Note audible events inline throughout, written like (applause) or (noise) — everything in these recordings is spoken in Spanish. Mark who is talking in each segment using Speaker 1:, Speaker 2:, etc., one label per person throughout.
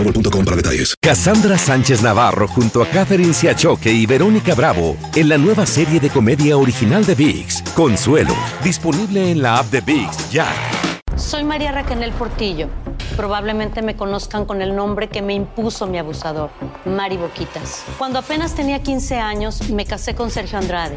Speaker 1: Mobile.com para detalles.
Speaker 2: Cassandra Sánchez Navarro junto a Catherine Siachoque y Verónica Bravo en la nueva serie de comedia original de VIX, Consuelo, disponible en la app de VIX ya.
Speaker 3: Soy María Raquel Portillo. Probablemente me conozcan con el nombre que me impuso mi abusador, Mari Boquitas. Cuando apenas tenía 15 años, me casé con Sergio Andrade,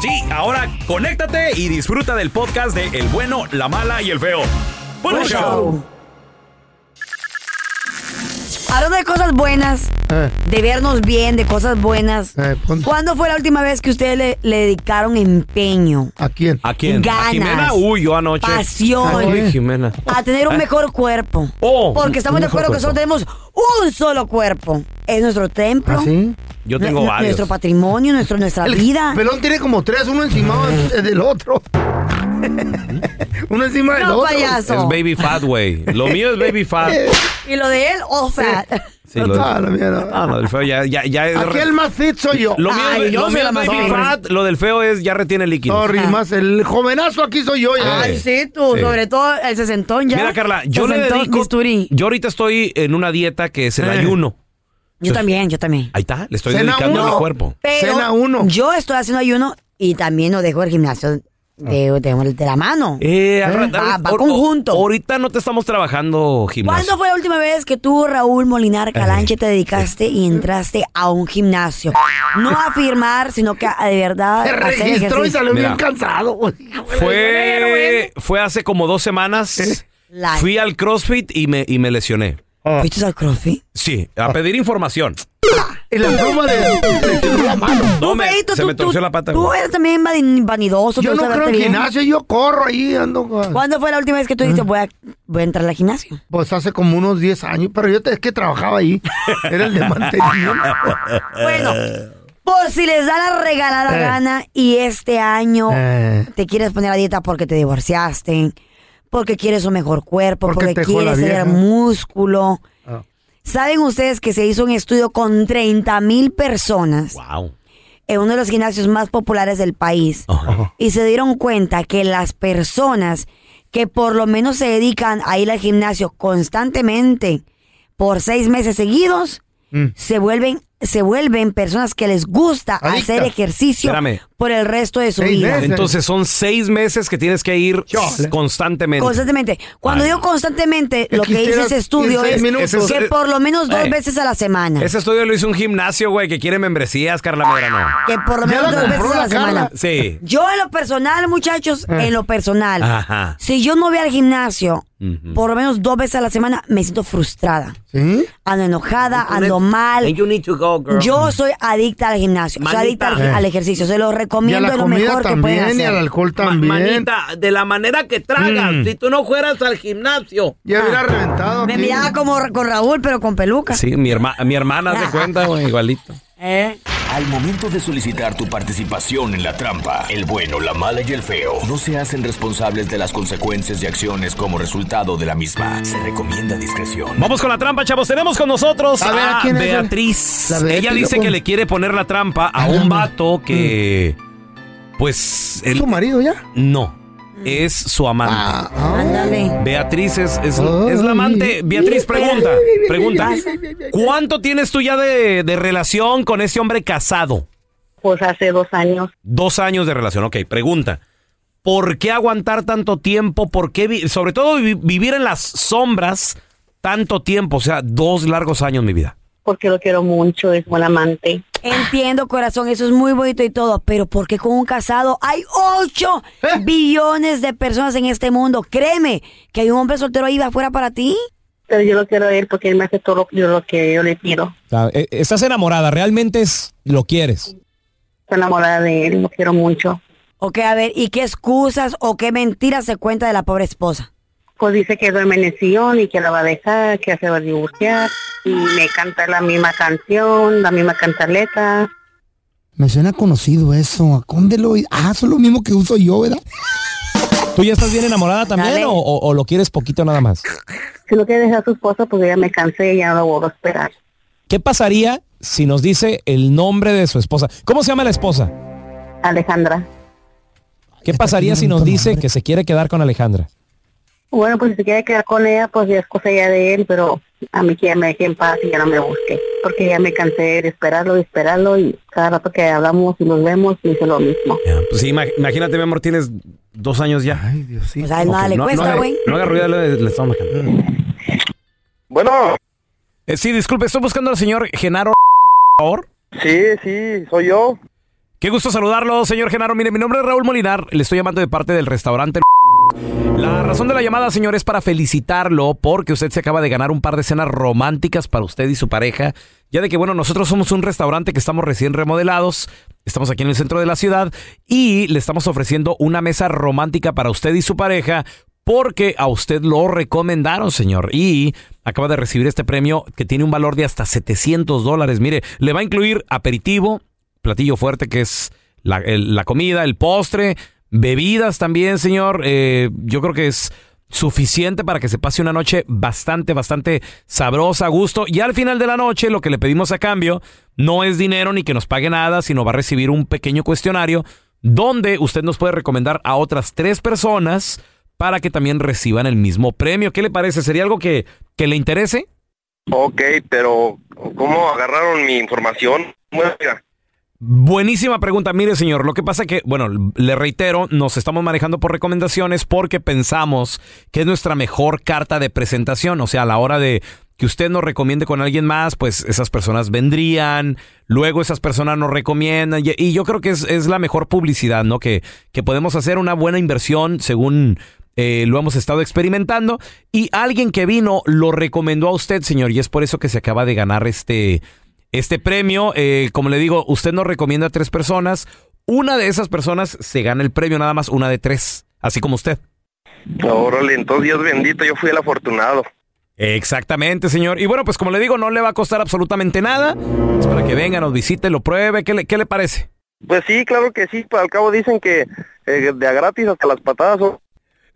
Speaker 4: Sí, ahora conéctate y disfruta del podcast de El bueno, la mala y el feo. Bueno,
Speaker 5: Buen
Speaker 4: show.
Speaker 5: Hablando de cosas buenas,
Speaker 6: Eh.
Speaker 5: de vernos bien, de cosas buenas. ¿Cuándo fue la última vez que ustedes le, le dedicaron empeño
Speaker 6: ¿A quién?
Speaker 4: ¿A quién?
Speaker 5: Ganas.
Speaker 4: ¿A Jimena? Uy, yo anoche.
Speaker 5: Pasión.
Speaker 4: Ay, Jimena. Ah,
Speaker 5: a tener un mejor cuerpo?
Speaker 4: Eh. Oh,
Speaker 5: Porque estamos
Speaker 4: un
Speaker 5: de
Speaker 4: mejor
Speaker 5: acuerdo que solo tenemos un solo cuerpo. Es nuestro templo.
Speaker 4: Yo tengo
Speaker 5: nu-
Speaker 4: varios.
Speaker 5: Nuestro patrimonio, nuestro, nuestra
Speaker 6: ¿Ah, El
Speaker 5: vida. Eh.
Speaker 6: pelón tiene como tres, uno encima del otro. uno encima del
Speaker 5: No,
Speaker 6: otro.
Speaker 5: payaso.
Speaker 4: Es Baby Fat, güey. Lo mío es
Speaker 5: (laughs)
Speaker 4: Baby Fat.
Speaker 5: Y lo de él, all fat.
Speaker 4: (laughs) Sí, lo
Speaker 6: Ah, la mierda.
Speaker 4: Ah, lo del feo ya, ya, ya es...
Speaker 6: Aquí el más fit soy yo.
Speaker 4: Lo mío,
Speaker 5: Ay,
Speaker 4: es-
Speaker 5: yo
Speaker 4: lo
Speaker 5: soy
Speaker 4: mío
Speaker 5: la Ah.
Speaker 4: es Ah.
Speaker 5: más
Speaker 4: Baby
Speaker 5: pobre.
Speaker 4: Fat, lo del feo es ya retiene líquido.
Speaker 6: Sorry, más el jovenazo aquí soy yo. ya.
Speaker 5: Ay, sí, tú.
Speaker 4: Sí.
Speaker 5: Sobre todo el sesentón ya.
Speaker 4: Mira, Ah, Carla, yo le
Speaker 5: Sesentón,
Speaker 4: dedico...
Speaker 5: bisturi.
Speaker 4: Yo ahorita estoy en una dieta que es el
Speaker 6: Eh.
Speaker 4: ayuno.
Speaker 5: Yo también, yo también.
Speaker 4: Ahí está, le estoy
Speaker 6: Cena
Speaker 4: dedicando a mi
Speaker 6: uno.
Speaker 4: cuerpo.
Speaker 5: Pero
Speaker 6: Cena uno.
Speaker 5: yo estoy haciendo ayuno y también no dejo el gimnasio
Speaker 6: Ah.
Speaker 5: de, de- de la mano.
Speaker 4: Eh, al rato-
Speaker 5: ah, Va- va
Speaker 4: ahor-
Speaker 5: conjunto.
Speaker 4: Ahorita no te estamos trabajando, gimnasio.
Speaker 5: ¿Cuándo fue la última vez que tú, Raúl Molinar Calanche, te dedicaste y entraste a un gimnasio? No a firmar, sino que a- de verdad
Speaker 6: Se
Speaker 5: hacer
Speaker 6: registró y
Speaker 5: ejercicio.
Speaker 6: salió
Speaker 4: Mira.
Speaker 6: bien cansado.
Speaker 4: Fue, fue hace como dos semanas.
Speaker 5: La-
Speaker 4: Fui al CrossFit y me, y me lesioné.
Speaker 5: ¿Fuiste al crossfit? Ah.
Speaker 4: Sí, a pedir información.
Speaker 6: Y la pluma de, le tiró la mano.
Speaker 4: No, me,
Speaker 5: Feito,
Speaker 4: se
Speaker 5: tú-
Speaker 4: me torció
Speaker 5: tú-
Speaker 4: la pata.
Speaker 5: Tú
Speaker 4: güey.
Speaker 5: eres también vani- vanidoso.
Speaker 6: Yo
Speaker 5: te
Speaker 6: no
Speaker 5: gusta
Speaker 6: creo en
Speaker 5: verte bien.
Speaker 6: gimnasio, yo corro ahí, ando. con-
Speaker 5: ¿Cuándo fue la última vez que tú dijiste, voy a, voy a entrar al gimnasio?
Speaker 6: Ah. Pues hace como unos 10 años, pero yo te- es que trabajaba ahí. Era el de
Speaker 4: (laughs)
Speaker 6: mantenimiento.
Speaker 5: Bueno, por si les da la regalada
Speaker 6: Eh.
Speaker 5: gana y este año
Speaker 6: Eh.
Speaker 5: te quieres poner a dieta porque te divorciaste, porque quieres un mejor cuerpo,
Speaker 6: Porque
Speaker 5: porque,
Speaker 6: te dejó la
Speaker 5: quieres tener
Speaker 6: vieja.
Speaker 5: músculo.
Speaker 6: Ah.
Speaker 5: ¿Saben ustedes que se hizo un estudio con 30 mil personas
Speaker 4: Wow.
Speaker 5: en uno de los gimnasios más populares del país?
Speaker 4: Ajá.
Speaker 5: Y se dieron cuenta que las personas que por lo menos se dedican a ir al gimnasio constantemente por seis meses seguidos,
Speaker 6: Mm.
Speaker 5: se vuelven se vuelven personas que les gusta
Speaker 6: Adictas.
Speaker 5: hacer ejercicio
Speaker 4: Espérame.
Speaker 5: por el resto de su
Speaker 6: Seis
Speaker 5: vida.
Speaker 6: meses.
Speaker 4: Entonces son seis meses que tienes que ir
Speaker 6: Chale.
Speaker 4: constantemente.
Speaker 5: Constantemente. Cuando
Speaker 4: Ay.
Speaker 5: digo constantemente,
Speaker 6: Que
Speaker 5: lo que dice
Speaker 6: quisieras
Speaker 5: ese estudio
Speaker 6: 16
Speaker 5: es
Speaker 6: minutos.
Speaker 5: que por lo menos dos
Speaker 4: Eh.
Speaker 5: veces a la semana.
Speaker 4: Ese estudio lo hizo un gimnasio, güey, que quiere membresías, Carla Medrano.
Speaker 5: Que por lo
Speaker 6: Ya
Speaker 5: menos
Speaker 6: la
Speaker 5: dos veces
Speaker 6: compró
Speaker 5: a la
Speaker 6: la Carla.
Speaker 5: semana.
Speaker 4: Sí.
Speaker 5: Yo en lo personal, muchachos,
Speaker 6: Ah.
Speaker 5: en lo personal,
Speaker 4: Ajá.
Speaker 5: si yo no voy al gimnasio
Speaker 4: Ujú.
Speaker 5: por lo menos dos veces a la semana, me siento frustrada.
Speaker 6: ¿Sí?
Speaker 5: Ando enojada, ando mal. Yo soy adicta al gimnasio, soy adicta al,
Speaker 6: Eh.
Speaker 5: al ejercicio. Se los recomiendo,
Speaker 6: Y a la
Speaker 5: es lo
Speaker 6: comida
Speaker 5: mejor que pueden
Speaker 6: también, y
Speaker 5: hacer.
Speaker 6: al alcohol también. Mm.
Speaker 4: de la manera que tragas, si tú no fueras al gimnasio.
Speaker 6: Ya hubiera reventado.
Speaker 5: Ah. Me
Speaker 6: aquí.
Speaker 5: miraba como Ra- con Raúl, pero con peluca.
Speaker 4: Sí, mi, herma- mi hermana se cuenta, güey, igualito.
Speaker 7: Al momento de solicitar tu participación en la trampa, el bueno, la mala y el feo no se hacen responsables de las consecuencias y acciones como resultado de la misma. Se recomienda discreción.
Speaker 4: Vamos con la trampa, chavos. Tenemos con nosotros a,
Speaker 7: A ver, ¿a quién es el-
Speaker 4: Beatriz.
Speaker 7: La Beatriz,
Speaker 4: Ella dice
Speaker 7: loco.
Speaker 4: que le quiere poner la trampa a un vato que, pues... ¿Es
Speaker 6: Mm. su marido ya? Ah,
Speaker 4: No, es su amante.
Speaker 5: Ándale.
Speaker 4: Beatriz es, es, es la amante. Beatriz, pregunta, pregunta. ¿Cuánto tienes tú ya de, de relación con este hombre casado?
Speaker 8: Pues hace dos años.
Speaker 4: Dos años de relación, ok. Pregunta. ¿Por qué aguantar tanto tiempo? ¿Por qué, vi- sobre todo, vi- vivir en las sombras tanto tiempo? O sea, dos largos años, mi vida.
Speaker 8: Porque lo quiero mucho, es buen amante.
Speaker 5: Entiendo, corazón, eso es muy bonito y todo, pero ¿por qué con un casado hay 8
Speaker 8: ¿Eh?
Speaker 5: billones de personas en este mundo? Créeme, que hay un hombre soltero ahí afuera para ti.
Speaker 8: Pero yo lo quiero a él porque él me hace todo lo, yo lo que yo le pido.
Speaker 9: e, Estás enamorada, realmente es, lo quieres.
Speaker 8: Estoy enamorada de él, lo quiero mucho.
Speaker 5: Ok, a ver, ¿y qué excusas o qué mentiras se cuenta de la pobre esposa?
Speaker 8: Pues dice que duerme en el sillón y que la va a dejar, que ya se va a divorciar. Y me canta la misma canción, la misma cantaleta.
Speaker 6: Me suena conocido eso. Acóndelo. y- Ah, son lo mismo que uso yo, (laughs) ¿verdad?
Speaker 9: ¿Tú ya estás bien enamorada
Speaker 8: Dale.
Speaker 9: también o, o- o lo quieres poquito nada más?
Speaker 8: Si no quiere dejar a su esposa, pues ya me cansé y ya no lo vuelvo a esperar.
Speaker 9: ¿Qué pasaría si nos dice el nombre de su esposa? ¿Cómo se llama la esposa?
Speaker 8: Alejandra.
Speaker 9: ¿Qué pasaría si nos dice que se quiere quedar con Alejandra?
Speaker 8: Bueno, pues si se quiere quedar con ella, pues ya es cosa ya de él, pero a mí que ya me deje en paz y ya no me busque. Porque ya me cansé de esperarlo y esperarlo y cada rato que hablamos y nos vemos, dice lo mismo.
Speaker 4: Pues sí, ima- imagínate, mi amor, tienes dos años ya. Ay, Dios
Speaker 5: O sea, nada le cuesta, güey.
Speaker 4: No haga ruido, le, le estamos marcando. Eh,
Speaker 10: Bueno.
Speaker 4: sí, disculpe, estoy buscando al señor Genaro, por favor.
Speaker 10: Sí, sí, soy yo.
Speaker 4: Qué gusto saludarlo, señor Genaro. Mire, mi nombre es Raúl Molinar. Le estoy llamando de parte del restaurante. La razón de la llamada, señor, es para felicitarlo porque usted se acaba de ganar un par de cenas románticas para usted y su pareja. Ya de que, bueno, nosotros somos un restaurante que estamos recién remodelados. Estamos aquí en el centro de la ciudad y le estamos ofreciendo una mesa romántica para usted y su pareja porque a usted lo recomendaron, señor. Y acaba de recibir este premio que tiene un valor de hasta 700 dólares. Mire, le va a incluir aperitivo, platillo fuerte que es la, el- la comida, el postre, bebidas también, señor. Eh, yo creo que es suficiente para que se pase una noche bastante, bastante sabrosa, a gusto. Y al final de la noche lo que le pedimos a cambio no es dinero ni que nos pague nada, sino va a recibir un pequeño cuestionario donde usted nos puede recomendar a otras tres personas para que también reciban el mismo premio. ¿Qué le parece? ¿Sería algo que, que le interese?
Speaker 10: Ok, pero ¿cómo agarraron mi información? Bueno, mira,
Speaker 4: Buenísima pregunta. Mire, señor, lo que pasa que, bueno, le reitero, nos estamos manejando por recomendaciones porque pensamos que es nuestra mejor carta de presentación. O sea, a la hora de que usted nos recomiende con alguien más, pues esas personas vendrían, luego esas personas nos recomiendan. Y, y yo creo que es, es la mejor publicidad, ¿no? Que, que podemos hacer una buena inversión según eh, lo hemos estado experimentando. Y alguien que vino lo recomendó a usted, señor, y es por eso que se acaba de ganar este este premio. eh, como le digo, usted nos recomienda a tres personas. Una de esas personas se gana el premio, nada más una de tres, así como usted.
Speaker 10: órale, entonces Dios bendito, yo fui el afortunado.
Speaker 4: Exactamente, señor. Y bueno, pues como le digo, no le va a costar absolutamente nada. Es para que venga, nos visite, lo pruebe. ¿Qué le, qué le parece?
Speaker 10: Pues sí, claro que sí, pero al cabo dicen que eh, de a gratis hasta las patadas. son-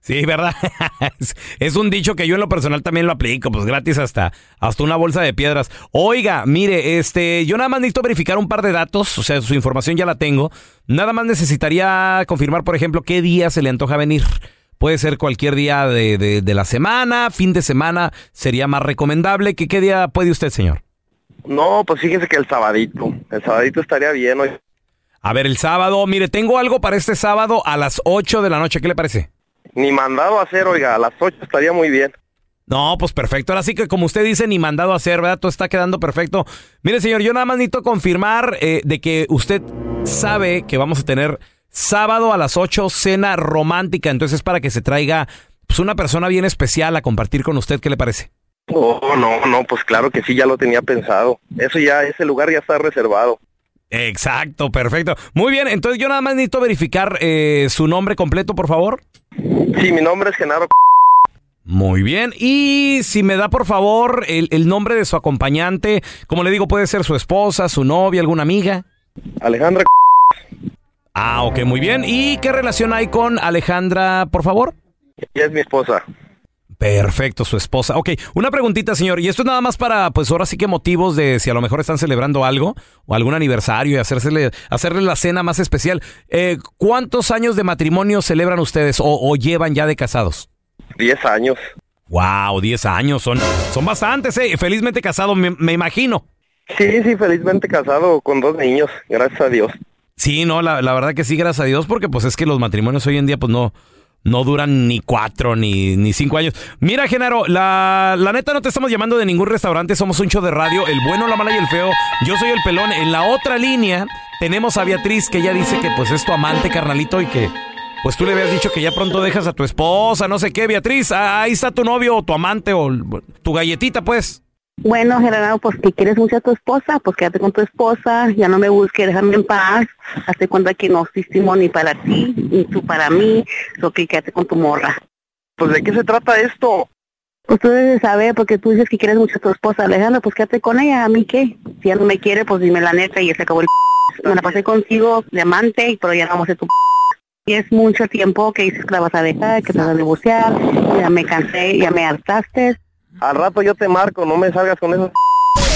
Speaker 4: Sí, ¿verdad? (laughs) Es- es un dicho que yo en lo personal también lo aplico, pues gratis hasta, hasta una bolsa de piedras. Oiga, mire, este, yo nada más necesito verificar un par de datos, o sea, su información ya la tengo. Nada más necesitaría confirmar, por ejemplo, qué día se le antoja venir. Puede ser cualquier día de, de- de la semana, fin de semana, sería más recomendable. ¿Qué, ¿Qué día puede usted, señor?
Speaker 10: No, pues fíjense que el sabadito, el sabadito estaría bien hoy.
Speaker 4: A ver, el sábado, mire, tengo algo para este sábado a las 8 de la noche, ¿qué le parece?
Speaker 10: Ni mandado a hacer, oiga, a las 8 estaría muy bien.
Speaker 4: No, pues perfecto. Ahora sí que como usted dice, ni mandado a hacer, ¿verdad? Todo está quedando perfecto. Mire, señor, yo nada más necesito confirmar eh, de que usted sabe que vamos a tener sábado a las 8 cena romántica. Entonces, para que se traiga pues, una persona bien especial a compartir con usted, ¿qué le parece?
Speaker 10: Oh, no, no, pues claro que sí, ya lo tenía pensado. Eso ya, ese lugar ya está reservado.
Speaker 4: Exacto, perfecto. Muy bien, entonces yo nada más necesito verificar eh, su nombre completo, por favor.
Speaker 10: Sí, mi nombre es Genaro.
Speaker 4: Muy bien. Y si me da por favor el, el nombre de su acompañante, como le digo, puede ser su esposa, su novia, alguna amiga.
Speaker 10: Alejandra.
Speaker 4: Ah, ok, muy bien. ¿Y qué relación hay con Alejandra, por favor?
Speaker 10: Ella es mi esposa.
Speaker 4: Perfecto, su esposa. Ok, una preguntita, señor. Y esto es nada más para, pues ahora sí que motivos de si a lo mejor están celebrando algo o algún aniversario y hacérsele, hacerle la cena más especial. Eh, ¿Cuántos años de matrimonio celebran ustedes o, o llevan ya de casados?
Speaker 10: Diez años.
Speaker 4: Wow, 10 años. Son, son bastantes, ¿eh? Felizmente casado, me, me imagino.
Speaker 10: Sí, sí, felizmente casado con dos niños, gracias a Dios.
Speaker 4: Sí, no, la, la verdad que sí, gracias a Dios, porque pues es que los matrimonios hoy en día pues no, no duran ni cuatro ni, ni cinco años. Mira, Genaro, la, la neta no te estamos llamando de ningún restaurante, somos un show de radio, el bueno, la mala y el feo. Yo soy el pelón. En la otra línea tenemos a Beatriz que ella dice que pues es tu amante, carnalito, y que pues tú le habías dicho que ya pronto dejas a tu esposa, no sé qué, Beatriz, ah, ahí está tu novio o tu amante o el- tu galletita, pues.
Speaker 8: Bueno, Gerardo, pues que quieres mucho a tu esposa, pues quédate con tu esposa, ya no me busques, déjame en paz, hazte cuenta que no existimos ni para ti, ni tú para mí, so que quédate con tu morra.
Speaker 10: Pues de qué se trata esto?
Speaker 8: Pues tú debes de saber, porque tú dices que quieres mucho a tu esposa, Alejandra, pues quédate con ella, a mí qué, si ya no me quiere, pues dime la neta y ya se acabó el p- me la pasé contigo de amante, pero ya no vamos a ser tu p- y es mucho tiempo que dices que la vas a dejar, que te vas a divorciar, ya me cansé, ya me hartaste.
Speaker 10: Al rato yo te marco, no me salgas con eso.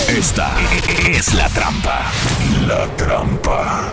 Speaker 7: Esta es la trampa. La trampa.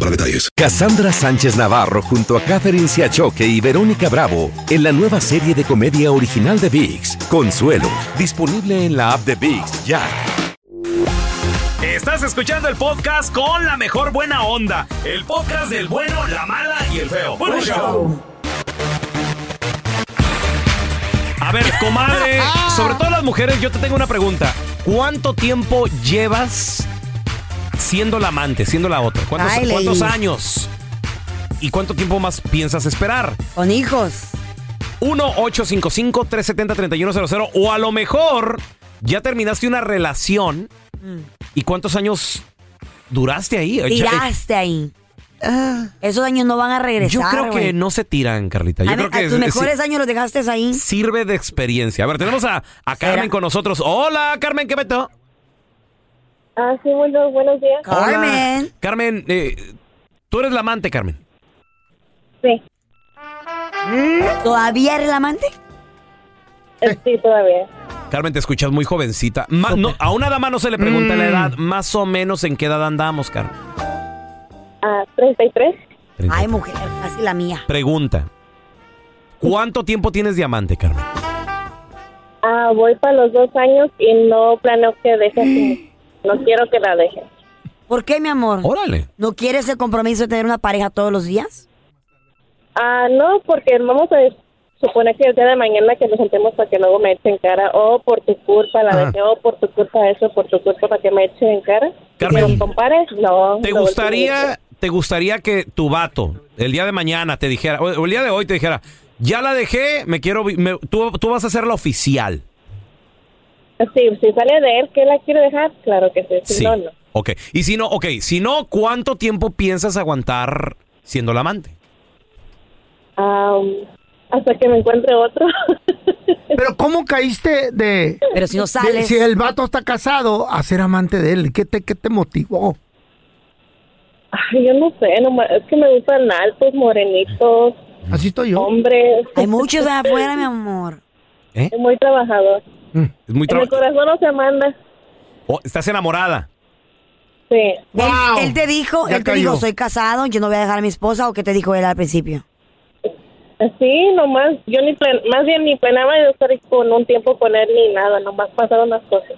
Speaker 1: para detalles.
Speaker 2: Cassandra Sánchez Navarro junto a Catherine Siachoque y Verónica Bravo en la nueva serie de comedia original de VIX, Consuelo, disponible en la app de VIX ya.
Speaker 4: Estás escuchando el podcast con la mejor buena onda. El podcast del bueno, la mala y el feo.
Speaker 7: Buen show.
Speaker 4: A ver,
Speaker 5: (laughs)
Speaker 4: comadre,
Speaker 5: Ah.
Speaker 4: sobre todo las mujeres, yo te tengo una pregunta. ¿Cuánto tiempo llevas siendo la amante, siendo la otra? ¿Cuántos,
Speaker 5: Ay,
Speaker 4: cuántos
Speaker 5: Lady.
Speaker 4: años? ¿Y cuánto tiempo más piensas esperar?
Speaker 5: Con hijos.
Speaker 4: 1-855-370-3100. O a lo mejor ya terminaste una relación.
Speaker 5: Mm.
Speaker 4: ¿Y cuántos años duraste ahí?
Speaker 5: Tiraste ahí. Esos años no van a regresar.
Speaker 4: eh. Ah. eh, Yo creo que
Speaker 5: güey.
Speaker 4: no se tiran, Carlita. Yo
Speaker 5: A, ver,
Speaker 4: creo que
Speaker 5: a tus
Speaker 4: es-
Speaker 5: mejores
Speaker 4: sí-
Speaker 5: años los dejaste ahí.
Speaker 4: sirve de experiencia. A ver, tenemos a, a Carmen con nosotros. Hola, Carmen, ¿qué meto?
Speaker 11: Ah, sí, buenos, buenos días.
Speaker 4: Hola. Carmen, eh, tú eres la amante, Carmen.
Speaker 11: Sí.
Speaker 6: ¿Mm?
Speaker 5: ¿Todavía eres la amante?
Speaker 11: Eh, Sí, todavía.
Speaker 4: Carmen, te escuchas muy jovencita. Ma- no, a una dama no se le pregunta
Speaker 5: Mm.
Speaker 4: la edad, más o menos en qué edad andamos, Carmen.
Speaker 11: Ah, 33.
Speaker 5: Ay, mujer, casi la mía.
Speaker 4: Pregunta. ¿Cuánto tiempo tienes de amante, Carmen?
Speaker 11: Ah, voy para los dos años y no planeo que deje. así.
Speaker 4: (gasps)
Speaker 11: No quiero que la deje.
Speaker 5: ¿Por qué, mi amor?
Speaker 4: Órale.
Speaker 5: ¿No quieres el compromiso de tener una pareja todos los días?
Speaker 11: Ah, no, porque vamos a suponer que el día de mañana que nos sentemos para que luego me echen cara. Oh, por tu culpa la dejé. Oh, por tu culpa eso, por tu culpa para que me echen cara.
Speaker 4: Carmen.
Speaker 11: ¿Me compares? No.
Speaker 4: ¿Te
Speaker 11: no, eh,
Speaker 4: gustaría, te gustaría que tu vato el día de mañana te dijera, o o el día de hoy te dijera, ya la dejé, me quiero, vi- me- tú, tú vas a ser la oficial?
Speaker 11: Sí, si sale de él que la quiere dejar, claro que sí. Si
Speaker 4: Sí.
Speaker 11: no, no.
Speaker 4: Ok. Y si no, ok, si no, ¿cuánto tiempo piensas aguantar siendo la amante?
Speaker 11: Ah, hasta que me encuentre otro.
Speaker 6: Pero ¿cómo caíste de...
Speaker 5: Pero si no
Speaker 6: de-
Speaker 5: sales.
Speaker 6: si el vato está casado, a ser amante de él. ¿Qué te, qué te motivó?
Speaker 11: Ay, yo no sé, nomás- es que me gustan altos, morenitos.
Speaker 6: Así estoy yo.
Speaker 11: Hombres.
Speaker 5: Hay muchos de afuera, mi amor.
Speaker 6: ¿Eh?
Speaker 11: Es muy trabajador.
Speaker 4: Es muy
Speaker 11: En
Speaker 4: traba-
Speaker 11: el corazón no se manda.
Speaker 4: Oh, ¿Estás enamorada?
Speaker 11: Sí.
Speaker 5: Él, él te dijo,
Speaker 4: Ya
Speaker 5: él te
Speaker 4: cayó.
Speaker 5: dijo, soy casado, yo no voy a dejar a mi esposa, ¿o qué te dijo él al principio?
Speaker 11: Sí, nomás, yo ni plan, más bien ni planeaba yo estar con un tiempo con él ni nada, nomás pasaron las cosas.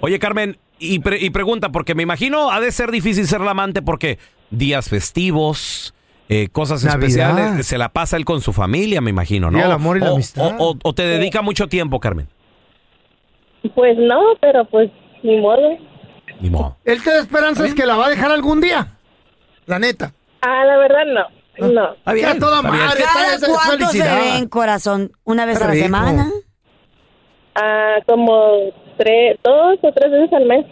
Speaker 4: Oye, Carmen, y, pre- y pregunta, porque me imagino ha de ser difícil ser la amante porque días festivos, eh, cosas
Speaker 9: Navidad.
Speaker 4: especiales. Se la pasa él con su familia, me imagino, ¿no?
Speaker 9: Y el amor y la
Speaker 4: O-
Speaker 9: amistad.
Speaker 4: O, o- o te dedica mucho tiempo, Carmen.
Speaker 11: Pues no, pero pues ni modo.
Speaker 4: Ni modo.
Speaker 6: ¿Él te da esperanzas que la va a dejar algún día? La neta.
Speaker 11: Ah, la verdad no. No.
Speaker 6: Está bien, Ya toda está bien. madre, está-
Speaker 5: ¿Cada
Speaker 6: esa es
Speaker 5: cuánto se
Speaker 6: felicidad.
Speaker 5: ven, corazón? ¿Una vez
Speaker 6: Qué
Speaker 5: a la
Speaker 6: rico.
Speaker 5: semana?
Speaker 11: Ah, como tres, dos o tres veces al mes.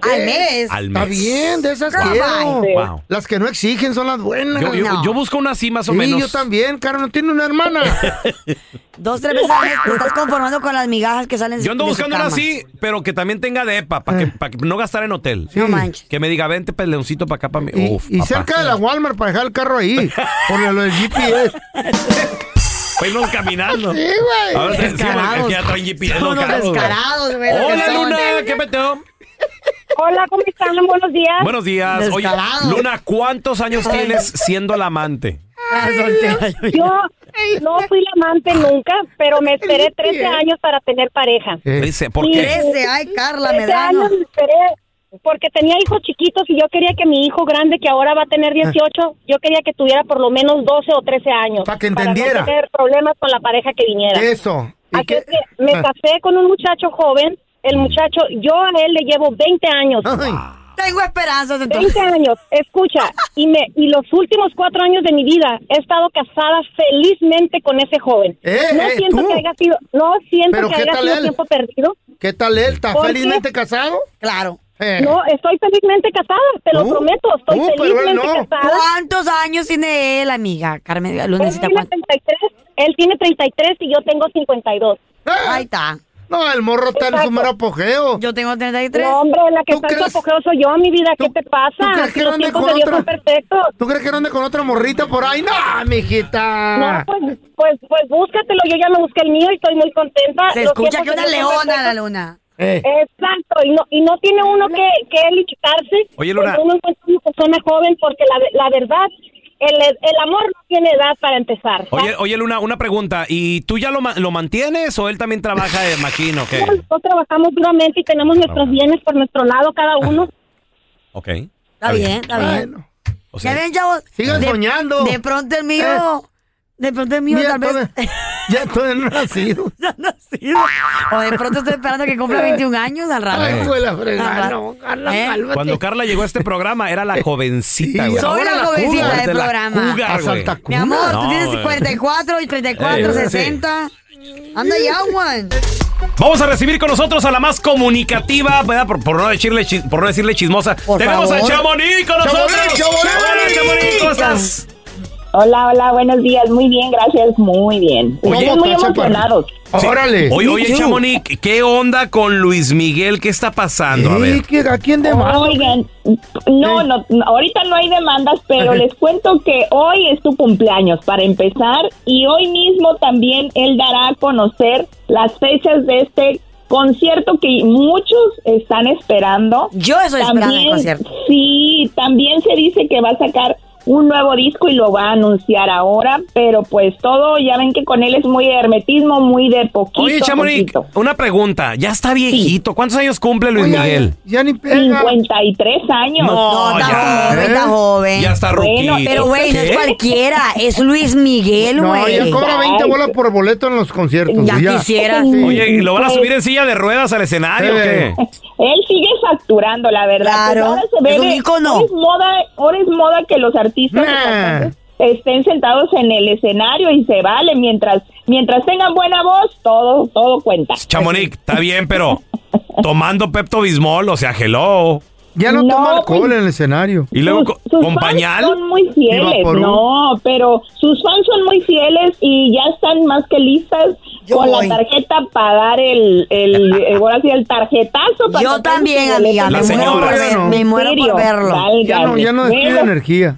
Speaker 5: ¿Al mes?
Speaker 4: Al
Speaker 6: Está
Speaker 4: mes.
Speaker 6: bien, de esas
Speaker 4: Wow.
Speaker 6: quiero.
Speaker 4: Wow.
Speaker 6: Las que no exigen son las buenas.
Speaker 4: Yo, yo- yo busco una así más o
Speaker 6: Sí,
Speaker 4: menos.
Speaker 6: yo también, Carmen, no tiene una hermana.
Speaker 5: (laughs) Dos, tres veces al mes te estás conformando con las migajas que salen
Speaker 4: Yo ando
Speaker 5: de su
Speaker 4: buscando una
Speaker 5: cama. Eh.
Speaker 4: así, pero que también tenga de EPA, para que, pa' que no gastar en hotel. Mm.
Speaker 5: No manches.
Speaker 4: Que me diga, vente, peleoncito, para acá, para mí.
Speaker 6: Y,
Speaker 4: Uf,
Speaker 6: y
Speaker 4: papá.
Speaker 6: cerca de la Walmart para dejar el carro
Speaker 4: (laughs)
Speaker 6: ahí. Por lo del GPS.
Speaker 4: Para irnos caminando.
Speaker 6: Sí, güey.
Speaker 4: A ver, sí,
Speaker 6: Descarados.
Speaker 4: porque ya traen GPS,
Speaker 6: Son
Speaker 4: los
Speaker 6: unos
Speaker 4: carros, güey.
Speaker 6: descarados, güey, lo
Speaker 4: Hola,
Speaker 6: que son.
Speaker 4: Luna, ¿qué meteo?
Speaker 11: Hola, ¿cómo están? Buenos días.
Speaker 4: Buenos días. Oye, Luna, ¿cuántos años tienes siendo la amante?
Speaker 11: Yo no fui la amante nunca, pero me esperé 13 años para tener pareja.
Speaker 4: Dice, ¿por
Speaker 11: Y-
Speaker 4: qué?
Speaker 5: ay, Carla
Speaker 11: 13
Speaker 5: Medrano.
Speaker 11: años me esperé porque tenía hijos chiquitos y yo quería que mi hijo grande, que ahora va a
Speaker 4: Ah.
Speaker 11: tener 18, yo quería que tuviera por lo menos 12 o 13 años. Para
Speaker 6: que entendiera.
Speaker 11: no tener problemas con la pareja que viniera.
Speaker 6: Eso.
Speaker 11: Así es que me
Speaker 6: Ah.
Speaker 11: casé con un muchacho joven. El muchacho, yo a él le llevo 20 años.
Speaker 5: Tengo esperanzas
Speaker 11: 20 años, escucha, y me y los últimos cuatro años de mi vida he estado casada felizmente con ese joven.
Speaker 6: Eh,
Speaker 11: no
Speaker 6: eh,
Speaker 11: siento
Speaker 6: tú.
Speaker 11: que haya sido, no siento
Speaker 6: Pero
Speaker 11: que
Speaker 6: ¿qué
Speaker 11: haya
Speaker 6: tal
Speaker 11: sido
Speaker 6: él?
Speaker 11: tiempo perdido.
Speaker 6: ¿Qué tal él? ¿Está
Speaker 11: ¿Por qué?
Speaker 6: felizmente casado?
Speaker 5: Claro.
Speaker 6: Eh.
Speaker 11: No, estoy felizmente casada, te lo
Speaker 6: Tú,
Speaker 11: prometo, estoy
Speaker 6: tú, Uh, pero él
Speaker 11: felizmente
Speaker 6: no.
Speaker 11: casada.
Speaker 5: ¿Cuántos años tiene él, amiga? Carmen, Luna
Speaker 11: Él
Speaker 5: necesita
Speaker 11: tiene,
Speaker 5: cuánto.
Speaker 11: 33, él tiene 33 y yo tengo 52.
Speaker 6: ¡Ah!
Speaker 5: Ahí está.
Speaker 6: No, el morro está en su
Speaker 11: Exacto.
Speaker 6: mero apogeo.
Speaker 5: Yo tengo 33.
Speaker 11: No, hombre, la que
Speaker 6: ¿Tú
Speaker 11: está en su
Speaker 6: crees-
Speaker 11: apogeo soy yo, mi vida, ¿qué te
Speaker 6: ¿Tú
Speaker 11: pasa?
Speaker 6: crees
Speaker 11: Si
Speaker 6: que no
Speaker 11: los
Speaker 6: ande
Speaker 11: tiempos
Speaker 6: con
Speaker 11: de Dios son
Speaker 6: otra?
Speaker 11: perfectos.
Speaker 6: ¿Tú crees que no ande con otra morrita por ahí? No, mijita.
Speaker 11: No, pues, pues, pues búscatelo, yo ya me busqué el mío y estoy muy contenta.
Speaker 5: Se
Speaker 11: Los
Speaker 5: escucha
Speaker 11: tiempos
Speaker 5: que
Speaker 11: de
Speaker 5: una
Speaker 11: Dios son
Speaker 5: leona la
Speaker 11: perfectos.
Speaker 5: luna.
Speaker 4: Eh.
Speaker 11: Exacto, y no, y no tiene uno que, que licitarse.
Speaker 4: Oye, Luna.
Speaker 11: cuando Uno encuentra una persona joven porque la, ve- la verdad, el, el amor no tiene edad para empezar. ¿sabes?
Speaker 4: Oye, oye, Luna, una pregunta. ¿Y tú ya lo, ma- lo mantienes o él también trabaja eh, de maquino? qué?
Speaker 11: Nosotros trabajamos duramente y tenemos nuestros bienes por nuestro lado cada
Speaker 4: (laughs)
Speaker 11: uno.
Speaker 4: Ok.
Speaker 5: Está bien, está bien.
Speaker 4: O sea,
Speaker 5: ya ven, chavos.
Speaker 6: Sigan
Speaker 5: De-
Speaker 6: soñando. Eh.
Speaker 5: De pronto el mío. De pronto el mío
Speaker 6: Mira,
Speaker 5: tal vez.
Speaker 6: todavía- Ya todavía no
Speaker 5: (laughs)
Speaker 6: ha nacido.
Speaker 5: no ha nacido. O de pronto estoy esperando que cumpla 21 años al rato.
Speaker 6: Eh. Ay, fue la
Speaker 5: Al
Speaker 6: fregada.
Speaker 5: rato.
Speaker 6: No, Carla,
Speaker 5: ¿Eh?
Speaker 6: cálmate.
Speaker 4: Cuando Carla llegó a este programa era la jovencita,
Speaker 6: Sí,
Speaker 4: güey.
Speaker 5: soy
Speaker 6: Ahora
Speaker 5: la
Speaker 6: la
Speaker 5: jovencita
Speaker 6: cougar.
Speaker 5: del
Speaker 4: La
Speaker 5: programa.
Speaker 4: cougar, güey.
Speaker 5: Mi amor, tú
Speaker 4: No,
Speaker 5: tienes
Speaker 4: güey.
Speaker 5: 44 y 34,
Speaker 4: Eh, sí.
Speaker 5: 60. Anda ya, Juan.
Speaker 4: Vamos a recibir con nosotros a la más comunicativa, ¿verdad? Por, por no, decirle, chi- por no decirle chismosa. Tenemos
Speaker 12: favor.
Speaker 4: a Chamonix con nosotros.
Speaker 12: Chamonix, Chamonix.
Speaker 4: Hola, Chamonix, ¿cómo estás?
Speaker 12: Hola, hola, buenos días. Muy bien, gracias. Muy bien.
Speaker 4: Oye,
Speaker 12: Estamos muy
Speaker 4: está chaparro.
Speaker 12: emocionados.
Speaker 4: Sí. Oye, oye, Chamonix, ¿qué onda con Luis Miguel? ¿Qué está pasando? A ver.
Speaker 6: ¿A quién
Speaker 12: demanda? Oigan, no, no, no, ahorita no hay demandas, pero les cuento que hoy es tu cumpleaños para empezar y hoy mismo también él dará a conocer las fechas de este concierto que muchos están esperando.
Speaker 5: Yo estoy esperando el concierto.
Speaker 12: Sí, también se dice que va a sacar un nuevo disco y lo va a anunciar ahora, pero pues todo, ya ven que con él es muy de hermetismo, muy de poquito.
Speaker 4: Oye,
Speaker 12: a
Speaker 4: Chamonix,
Speaker 12: poquito.
Speaker 4: una pregunta. Ya está viejito. ¿Cuántos años cumple Luis
Speaker 12: Oye,
Speaker 4: Miguel?
Speaker 6: Ya ni
Speaker 12: 53 años.
Speaker 4: No, No, está ya. joven,
Speaker 6: ¿Eh?
Speaker 4: está joven. Ya está
Speaker 12: Bueno,
Speaker 4: ruquito.
Speaker 5: Pero, güey, no es
Speaker 4: ¿Qué?
Speaker 5: cualquiera. Es Luis Miguel,
Speaker 6: No,
Speaker 5: güey.
Speaker 6: ya cobra 20 bolas por boleto en los conciertos.
Speaker 5: Ya
Speaker 6: (laughs)
Speaker 5: quisiera. Sí.
Speaker 4: Oye, ¿lo van a subir en silla de ruedas al escenario o qué?
Speaker 12: Él sigue facturando, la verdad.
Speaker 5: Claro,
Speaker 12: Pues ahora se
Speaker 5: es
Speaker 12: ve
Speaker 5: un
Speaker 12: de-
Speaker 5: ícono.
Speaker 12: Ahora es moda, ahora es moda que los artistas y
Speaker 6: Ah.
Speaker 12: cantantes estén sentados en el escenario y se vale mientras mientras tengan buena voz, todo todo cuenta.
Speaker 4: Chamonix, está bien, pero tomando Pepto Bismol, o sea, hello.
Speaker 6: Ya no, toma alcohol en el escenario.
Speaker 4: Y luego co-
Speaker 12: Sus
Speaker 4: con
Speaker 12: fans
Speaker 4: pañal.
Speaker 12: son muy fieles,
Speaker 6: Vaporú.
Speaker 12: no, pero sus fans son muy fieles y ya están más que listas con
Speaker 5: voy.
Speaker 12: la tarjeta para dar el,
Speaker 4: (laughs)
Speaker 12: el, el- ahora sí, el tarjetazo. para
Speaker 5: Yo
Speaker 12: comprar
Speaker 5: también,
Speaker 12: su boleto.
Speaker 5: amiga, me La muero por señora. ver-
Speaker 12: Bueno,
Speaker 5: me muero por
Speaker 12: serio,
Speaker 5: verlo.
Speaker 6: Ya no,
Speaker 12: válgame.
Speaker 6: ya no despide
Speaker 12: Luego,
Speaker 6: energía.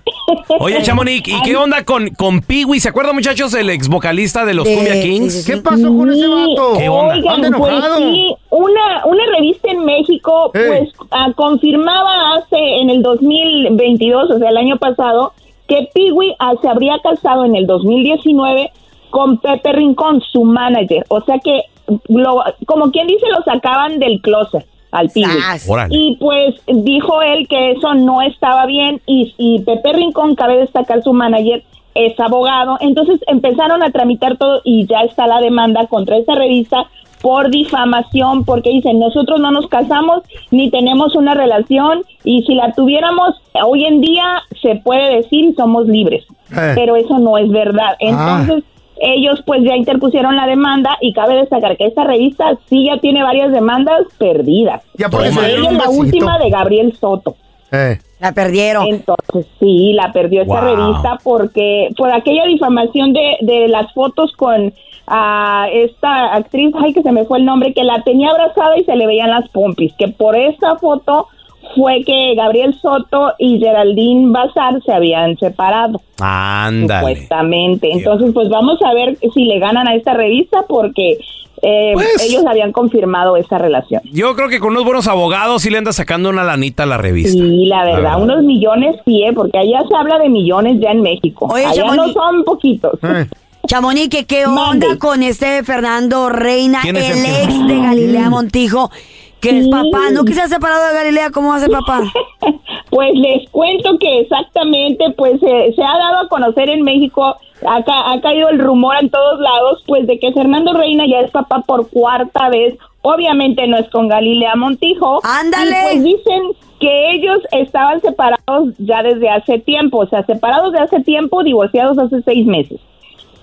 Speaker 4: Oye, Chamonix, ¿y qué onda con, con Piwi? ¿Se acuerdan, muchachos, el ex vocalista de los
Speaker 6: De-
Speaker 4: Cumbia Kings?
Speaker 6: ¿Qué pasó con ese vato?
Speaker 4: ¿Qué onda?
Speaker 12: Oigan,
Speaker 6: Anda
Speaker 12: pues
Speaker 6: enojado.
Speaker 12: sí, una, una revista en México
Speaker 6: Eh.
Speaker 12: pues ah, confirmaba hace en el 2022, o sea, el año pasado, que Piwi ah, se habría casado en el 2019 con Pepe Rincón, su manager. O sea que, lo- como quien dice, lo sacaban del closet. al pibe.
Speaker 4: Órale.
Speaker 12: Y pues dijo él que eso no estaba bien y, y Pepe Rincón, cabe destacar su manager, es abogado. Entonces empezaron a tramitar todo y ya está la demanda contra esta revista por difamación, porque dicen, nosotros no nos casamos ni tenemos una relación y si la tuviéramos hoy en día se puede decir y somos libres.
Speaker 13: Eh.
Speaker 12: Pero eso no es verdad. Entonces, ellos pues ya interpusieron la demanda y cabe destacar que esta revista sí ya tiene varias demandas perdidas.
Speaker 6: Ya
Speaker 12: Entre
Speaker 6: parece
Speaker 12: ellas
Speaker 6: un
Speaker 12: la
Speaker 6: vasito.
Speaker 12: última de Gabriel Soto.
Speaker 6: Eh.
Speaker 5: La perdieron.
Speaker 12: Entonces, sí, la perdió esta
Speaker 5: Wow.
Speaker 12: revista porque por aquella difamación de, de las fotos con ah, esta actriz, ay, que se me fue el nombre, que la tenía abrazada y se le veían las pompis, que por esta foto fue que Gabriel Soto y Geraldine Bazar se habían separado.
Speaker 4: Ándale.
Speaker 12: Supuestamente. Entonces, pues vamos a ver si le ganan a esta revista porque eh, ellos habían confirmado esa relación.
Speaker 4: Yo creo que con unos buenos abogados sí le anda sacando una lanita a la revista.
Speaker 12: Sí, la verdad,
Speaker 4: Ah.
Speaker 12: unos millones sí, ¿eh? porque allá se habla de millones ya en México.
Speaker 5: Oye,
Speaker 12: allá
Speaker 5: Chamonix.
Speaker 12: no son poquitos.
Speaker 5: Chamonique, ¿qué onda con este Fernando Reina, el
Speaker 12: ¿Quién es el que-
Speaker 5: ex de Galilea Montijo, que es
Speaker 12: Sí.
Speaker 5: papá? ¿No que se ha separado de Galilea? ¿Cómo hace papá?
Speaker 12: (laughs) Pues les cuento que exactamente, pues eh, se ha dado a conocer en México, ha, ca- ha caído el rumor en todos lados, pues de que Fernando Reina ya es papá por cuarta vez. Obviamente no es con Galilea Montijo.
Speaker 5: Ándale.
Speaker 12: Y, pues dicen que ellos estaban separados ya desde hace tiempo, o sea, separados de hace tiempo, divorciados hace seis meses.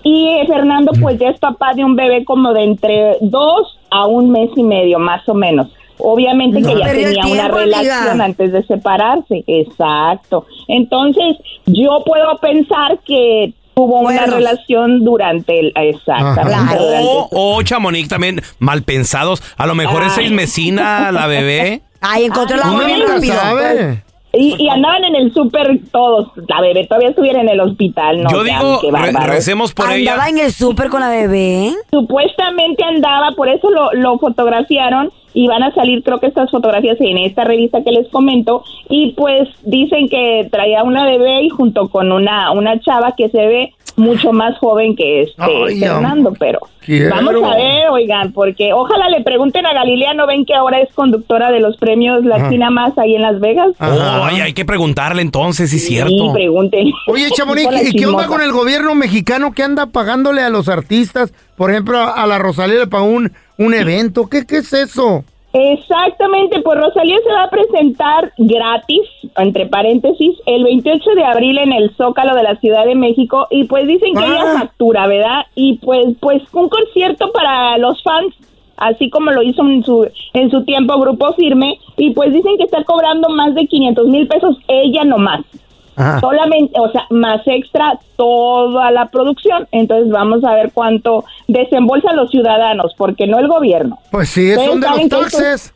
Speaker 12: Y eh, Fernando, pues ya es papá de un bebé como de entre dos a un mes y medio, más o menos. Obviamente
Speaker 5: No
Speaker 12: que ya
Speaker 5: perdió el
Speaker 12: tenía una
Speaker 5: tiempo, amiga.
Speaker 12: relación antes de separarse. Exacto. Entonces, yo puedo pensar que tuvo una
Speaker 4: Cuernos.
Speaker 12: relación durante el. Exactamente. durante-
Speaker 4: O, o Chamonix también, mal pensados. A lo mejor es seis mesina la
Speaker 12: (laughs)
Speaker 4: bebé.
Speaker 5: Ay, encontró el
Speaker 4: Uno
Speaker 5: amor bien
Speaker 4: nunca
Speaker 5: rápido.
Speaker 4: sabe.
Speaker 12: Y, y andaban en el súper todos. La bebé todavía estuviera en el hospital. No,
Speaker 4: Yo
Speaker 12: sean,
Speaker 4: digo,
Speaker 12: qué
Speaker 4: re-
Speaker 12: bárbaros.
Speaker 4: recemos por ella.
Speaker 5: Andaba en el súper con la bebé.
Speaker 12: Supuestamente andaba, por eso lo, lo fotografiaron y van a salir creo que estas fotografías en esta revista que les comento y pues dicen que traía una bebé y junto con una una chava que se ve mucho más joven que este
Speaker 6: Ay,
Speaker 12: Fernando, pero
Speaker 6: Quiero.
Speaker 12: vamos a ver, Eh, oigan, porque ojalá le pregunten a Galilea, ¿no ven que ahora es conductora de los premios Latina Más ahí en Las Vegas?
Speaker 4: Oh, ay, hay que preguntarle entonces, sí, cierto.
Speaker 12: Sí, pregunten.
Speaker 6: Oye, Chamonix,
Speaker 12: Hola,
Speaker 6: ¿y qué onda
Speaker 12: chismosa.
Speaker 6: con el gobierno mexicano que anda pagándole a los artistas? Por ejemplo, a, a la Rosalía para un, un evento. ¿Qué, ¿Qué es eso?
Speaker 12: Exactamente, pues Rosalía se va a presentar gratis, entre paréntesis, el 28 de abril en el Zócalo de la Ciudad de México y pues dicen que ella factura, ¿verdad? Y pues pues un concierto para los fans, así como lo hizo en su en su tiempo Grupo Firme y pues dicen que está cobrando más de 500 mil pesos ella nomás.
Speaker 13: Ajá.
Speaker 12: Solamente, o sea, más extra toda la producción. Entonces vamos a ver cuánto desembolsan los ciudadanos, porque no el gobierno.
Speaker 6: Pues sí,
Speaker 12: Ustedes
Speaker 6: son de
Speaker 12: saben
Speaker 6: los
Speaker 12: que esto-
Speaker 6: taxes.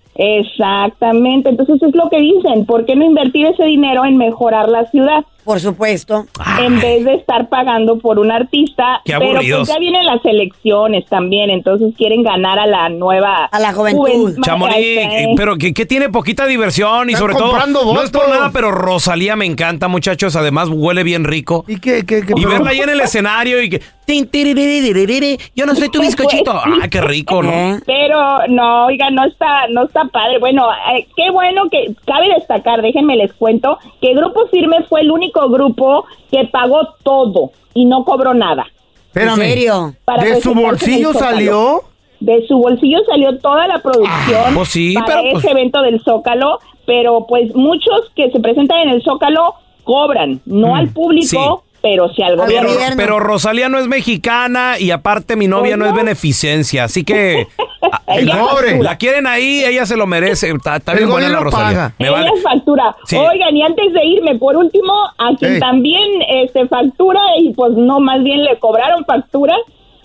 Speaker 12: Exactamente, entonces es lo que dicen, ¿por qué no invertir ese dinero en mejorar la ciudad?
Speaker 5: Por supuesto.
Speaker 12: En vez de estar pagando por un artista,
Speaker 4: Qué
Speaker 12: pero pues
Speaker 4: aburridos.
Speaker 12: ya vienen las elecciones también, entonces quieren ganar a la nueva... A la
Speaker 4: Chamonix, eh, pero que, que tiene poquita diversión y
Speaker 12: Están
Speaker 4: sobre todo,
Speaker 12: comprando
Speaker 4: no es por
Speaker 12: votos.
Speaker 4: nada, pero Rosalía me encanta, muchachos, además huele bien rico.
Speaker 6: ¿Y qué, qué, qué
Speaker 4: Y verla ahí en el escenario y que... "Tin, tiriririririririri, Yo no soy tu
Speaker 12: (laughs)
Speaker 4: bizcochito. Ah, qué rico,
Speaker 12: Eh,
Speaker 4: ¿no?
Speaker 12: Pero no, oiga, no está, no está padre. Bueno, eh, qué bueno que cabe destacar, déjenme les cuento, que Grupo Firme fue el único grupo que pagó todo y no cobró nada.
Speaker 6: Espérame. ¿En serio? ¿De su
Speaker 12: presentarse en el
Speaker 6: bolsillo
Speaker 12: Zócalo.
Speaker 6: salió?
Speaker 12: De su bolsillo salió toda la producción
Speaker 4: pues sí,
Speaker 12: para
Speaker 4: pero, pues-
Speaker 12: ese evento del Zócalo, pero pues muchos que se presentan en el Zócalo cobran, no al público, pero sí al
Speaker 4: Pero,
Speaker 12: gobierno.
Speaker 4: pero Rosalía no es mexicana y aparte mi novia no es beneficencia, así
Speaker 12: (laughs)
Speaker 4: que... ah,
Speaker 12: Ella
Speaker 4: la-
Speaker 12: cobre.
Speaker 4: La quieren ahí, ella se lo merece. Está, está
Speaker 12: El
Speaker 4: bien buena la
Speaker 12: gobierno
Speaker 4: Rosalía.
Speaker 12: paga.
Speaker 4: Me
Speaker 12: Ella
Speaker 4: vale.
Speaker 12: es factura.
Speaker 4: Sí.
Speaker 12: Oigan, y antes de irme, por último, a quien
Speaker 4: Ey.
Speaker 12: también este, factura y pues no, más bien le cobraron factura,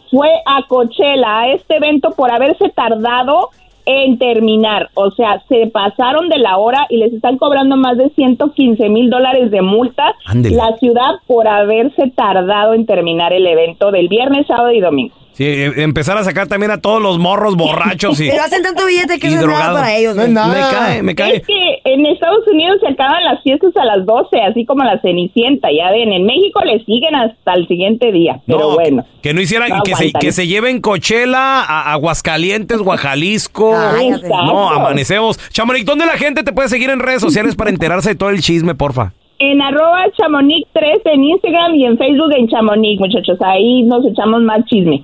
Speaker 12: fue a Coachella, a este evento por haberse tardado en terminar. O sea, se pasaron de la hora y les están cobrando más de 115 mil dólares de multa
Speaker 4: Ándele.
Speaker 12: la ciudad por haberse tardado en terminar el evento del viernes, sábado y domingo.
Speaker 4: Sí, eh, empezar a sacar también a todos los morros borrachos
Speaker 12: (laughs)
Speaker 4: y...
Speaker 5: Pero hacen tanto billete que
Speaker 4: y
Speaker 5: eso es nada
Speaker 4: drogado.
Speaker 5: para ellos.
Speaker 4: No es
Speaker 5: güey.
Speaker 4: nada. Me cae, me cae.
Speaker 12: Es que en Estados Unidos se acaban las fiestas a las 12, así como la Cenicienta, ya ven. En México le siguen hasta el siguiente día. Pero
Speaker 4: No,
Speaker 12: bueno.
Speaker 4: Que no hicieran,
Speaker 12: No
Speaker 4: que, se,
Speaker 12: aguantan.
Speaker 4: que se lleven Coachella a Aguascalientes o a
Speaker 12: (laughs)
Speaker 4: Jalisco.
Speaker 12: Ay,
Speaker 4: no,
Speaker 12: exacto.
Speaker 4: amanecemos. Chamonix, ¿dónde la gente te puede seguir en redes sociales para enterarse de todo el chisme, porfa?
Speaker 12: En arroba chamonix 3 en Instagram y en Facebook en chamonix, muchachos. Ahí nos echamos más chisme.